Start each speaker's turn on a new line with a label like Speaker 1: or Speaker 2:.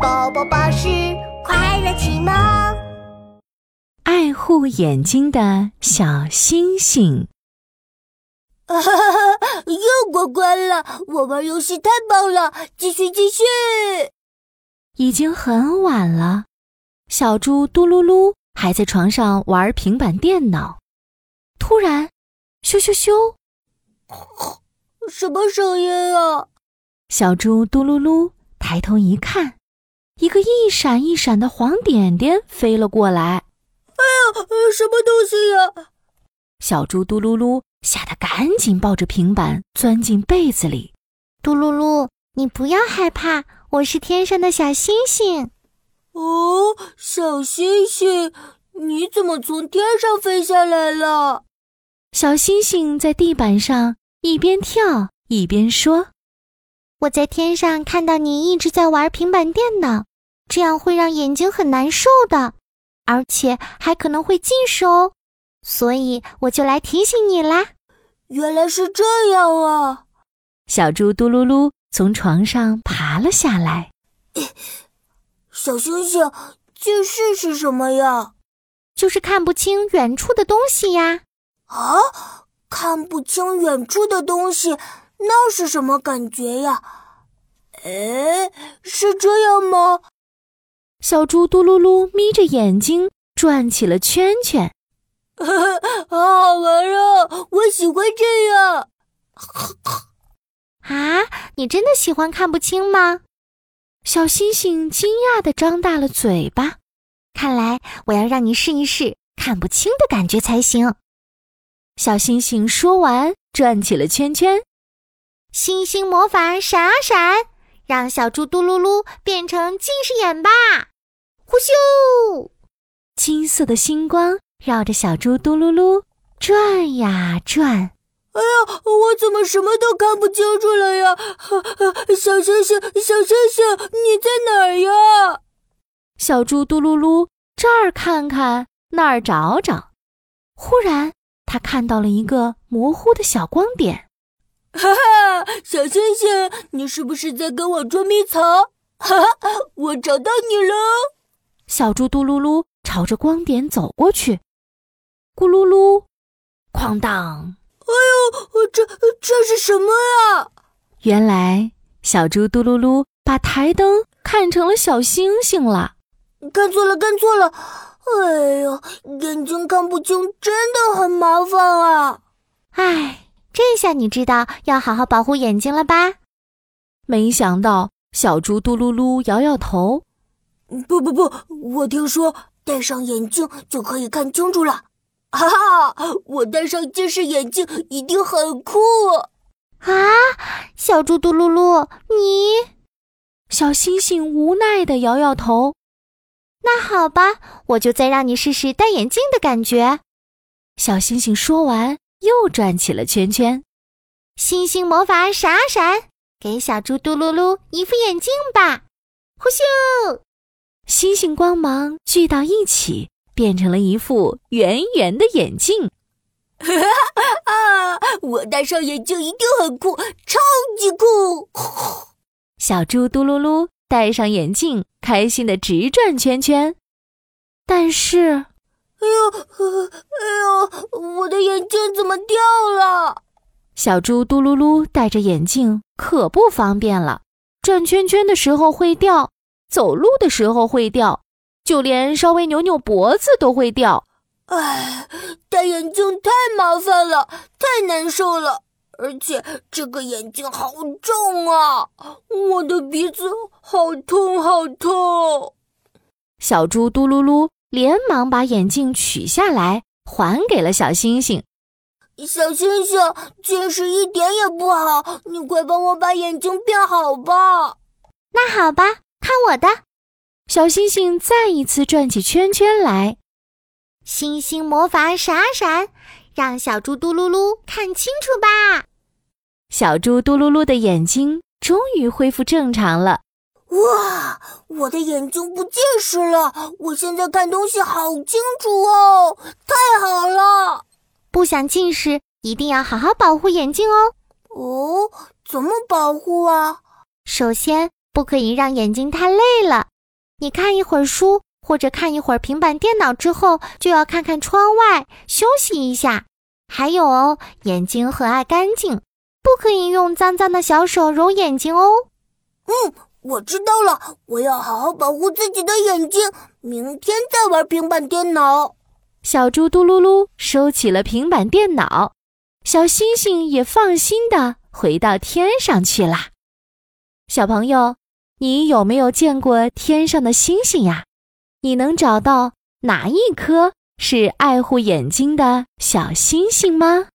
Speaker 1: 宝宝巴士快乐启蒙。
Speaker 2: 爱护眼睛的小星星。
Speaker 3: 又过关了，我玩游戏太棒了！继续，继续。
Speaker 2: 已经很晚了，小猪嘟噜噜还在床上玩平板电脑。突然，咻咻咻，
Speaker 3: 什么声音啊？
Speaker 2: 小猪嘟噜噜抬头一看，一个一闪一闪的黄点点飞了过来。
Speaker 3: 呃什么东西啊呀、
Speaker 2: 小猪嘟噜噜吓得赶紧抱着平板钻进被子里。
Speaker 4: 嘟噜噜，你不要害怕，我是天上的小星星。
Speaker 3: 哦，小星星，你怎么从天上飞下来了？
Speaker 2: 小星星在地板上一边跳一边说
Speaker 4: 我在天上看到你一直在玩平板电脑，这样会让眼睛很难受的，而且还可能会近视哦。所以我就来提醒你啦。
Speaker 3: 原来是这样啊！：“
Speaker 2: 小猪嘟噜噜从床上爬了下来。
Speaker 3: 小星星，近视是什么呀？
Speaker 4: 就是看不清远处的东西呀。
Speaker 3: 啊，看不清远处的东西，那是什么感觉呀？哎，是这样吗？”
Speaker 2: 小猪嘟噜噜眯着眼睛转起了圈圈。
Speaker 3: 好好玩啊！我喜欢这样。
Speaker 4: 啊，你真的喜欢看不清吗？
Speaker 2: 小星星惊讶地张大了嘴巴。
Speaker 4: 看来我要让你试一试看不清的感觉才行。
Speaker 2: 小星星说完，转起了圈圈。
Speaker 4: 星星魔法闪啊闪，让小猪嘟噜噜变成近视眼吧！呼咻！
Speaker 2: 金色的星光绕着小猪嘟噜噜转呀转。
Speaker 3: 哎呀，我怎么什么都看不清楚了呀？ 小星星，小星星，你在哪儿呀？
Speaker 2: 小猪嘟噜噜这儿看看，那儿找找。忽然，他看到了一个模糊的小光点。
Speaker 3: 哈哈，小星星，你是不是在跟我捉迷藏？ 哈哈，我找到你了！
Speaker 2: 小猪嘟噜噜朝着光点走过去，咕噜噜，哐当！
Speaker 3: 哦，这这是什么啊？
Speaker 2: 原来，小猪嘟噜噜把台灯看成了小星星了。
Speaker 3: 看错了，看错了！哎呦，眼睛看不清，真的很麻烦啊！
Speaker 4: 唉，这下你知道要好好保护眼睛了吧？
Speaker 2: 没想到，小猪嘟噜噜摇摇头，
Speaker 3: 不不不，我听说戴上眼镜就可以看清楚了。哈哈，我戴上近视眼镜一定很酷。
Speaker 4: 啊，小猪嘟噜噜，你
Speaker 2: 小星星无奈地摇摇头。
Speaker 4: 那好吧，我就再让你试试戴眼镜的感觉。
Speaker 2: 小星星说完，又转起了圈圈。
Speaker 4: 星星魔法闪啊闪，给小猪嘟噜噜一副眼镜吧！呼咻！
Speaker 2: 星星光芒聚到一起，变成了一副圆圆的眼镜。
Speaker 3: 啊，我戴上眼镜一定很酷，超级酷！
Speaker 2: 小猪嘟噜噜戴上眼镜，开心的直转圈圈。但是，
Speaker 3: 哎呦，哎呦，我的眼镜怎么掉了？
Speaker 2: 小猪嘟噜噜戴着眼镜可不方便了，转圈圈的时候会掉，走路的时候会掉，就连稍微扭扭脖子都会掉。
Speaker 3: 哎，戴眼镜太麻烦了，太难受了，而且这个眼镜好重啊，我的鼻子好痛好痛。
Speaker 2: 小猪嘟噜噜连忙把眼镜取下来，还给了小星星。
Speaker 3: 小星星，近视一点也不好，你快帮我把眼睛变好吧！
Speaker 4: 那好吧，看我的
Speaker 2: 小星星再一次转起圈圈来。
Speaker 4: 星星魔法闪啊闪，让小猪嘟噜噜看清楚吧！
Speaker 2: 小猪嘟噜噜的眼睛终于恢复正常了。
Speaker 3: 哇，我的眼睛不近视了，我现在看东西好清楚哦，太好了！
Speaker 4: 不想近视，一定要好好保护眼睛哦。
Speaker 3: 哦，怎么保护啊？
Speaker 4: 首先，不可以让眼睛太累了，你看一会儿书，或者看一会儿平板电脑之后，就要看看窗外，休息一下。还有哦，眼睛很爱干净，不可以用脏脏的小手揉眼睛哦。
Speaker 3: 我知道了，我要好好保护自己的眼睛，明天再玩平板电脑。
Speaker 2: 小猪嘟噜噜收起了平板电脑，小星星也放心的回到天上去啦。小朋友，你有没有见过天上的星星呀？你能找到哪一颗是爱护眼睛的小星星吗？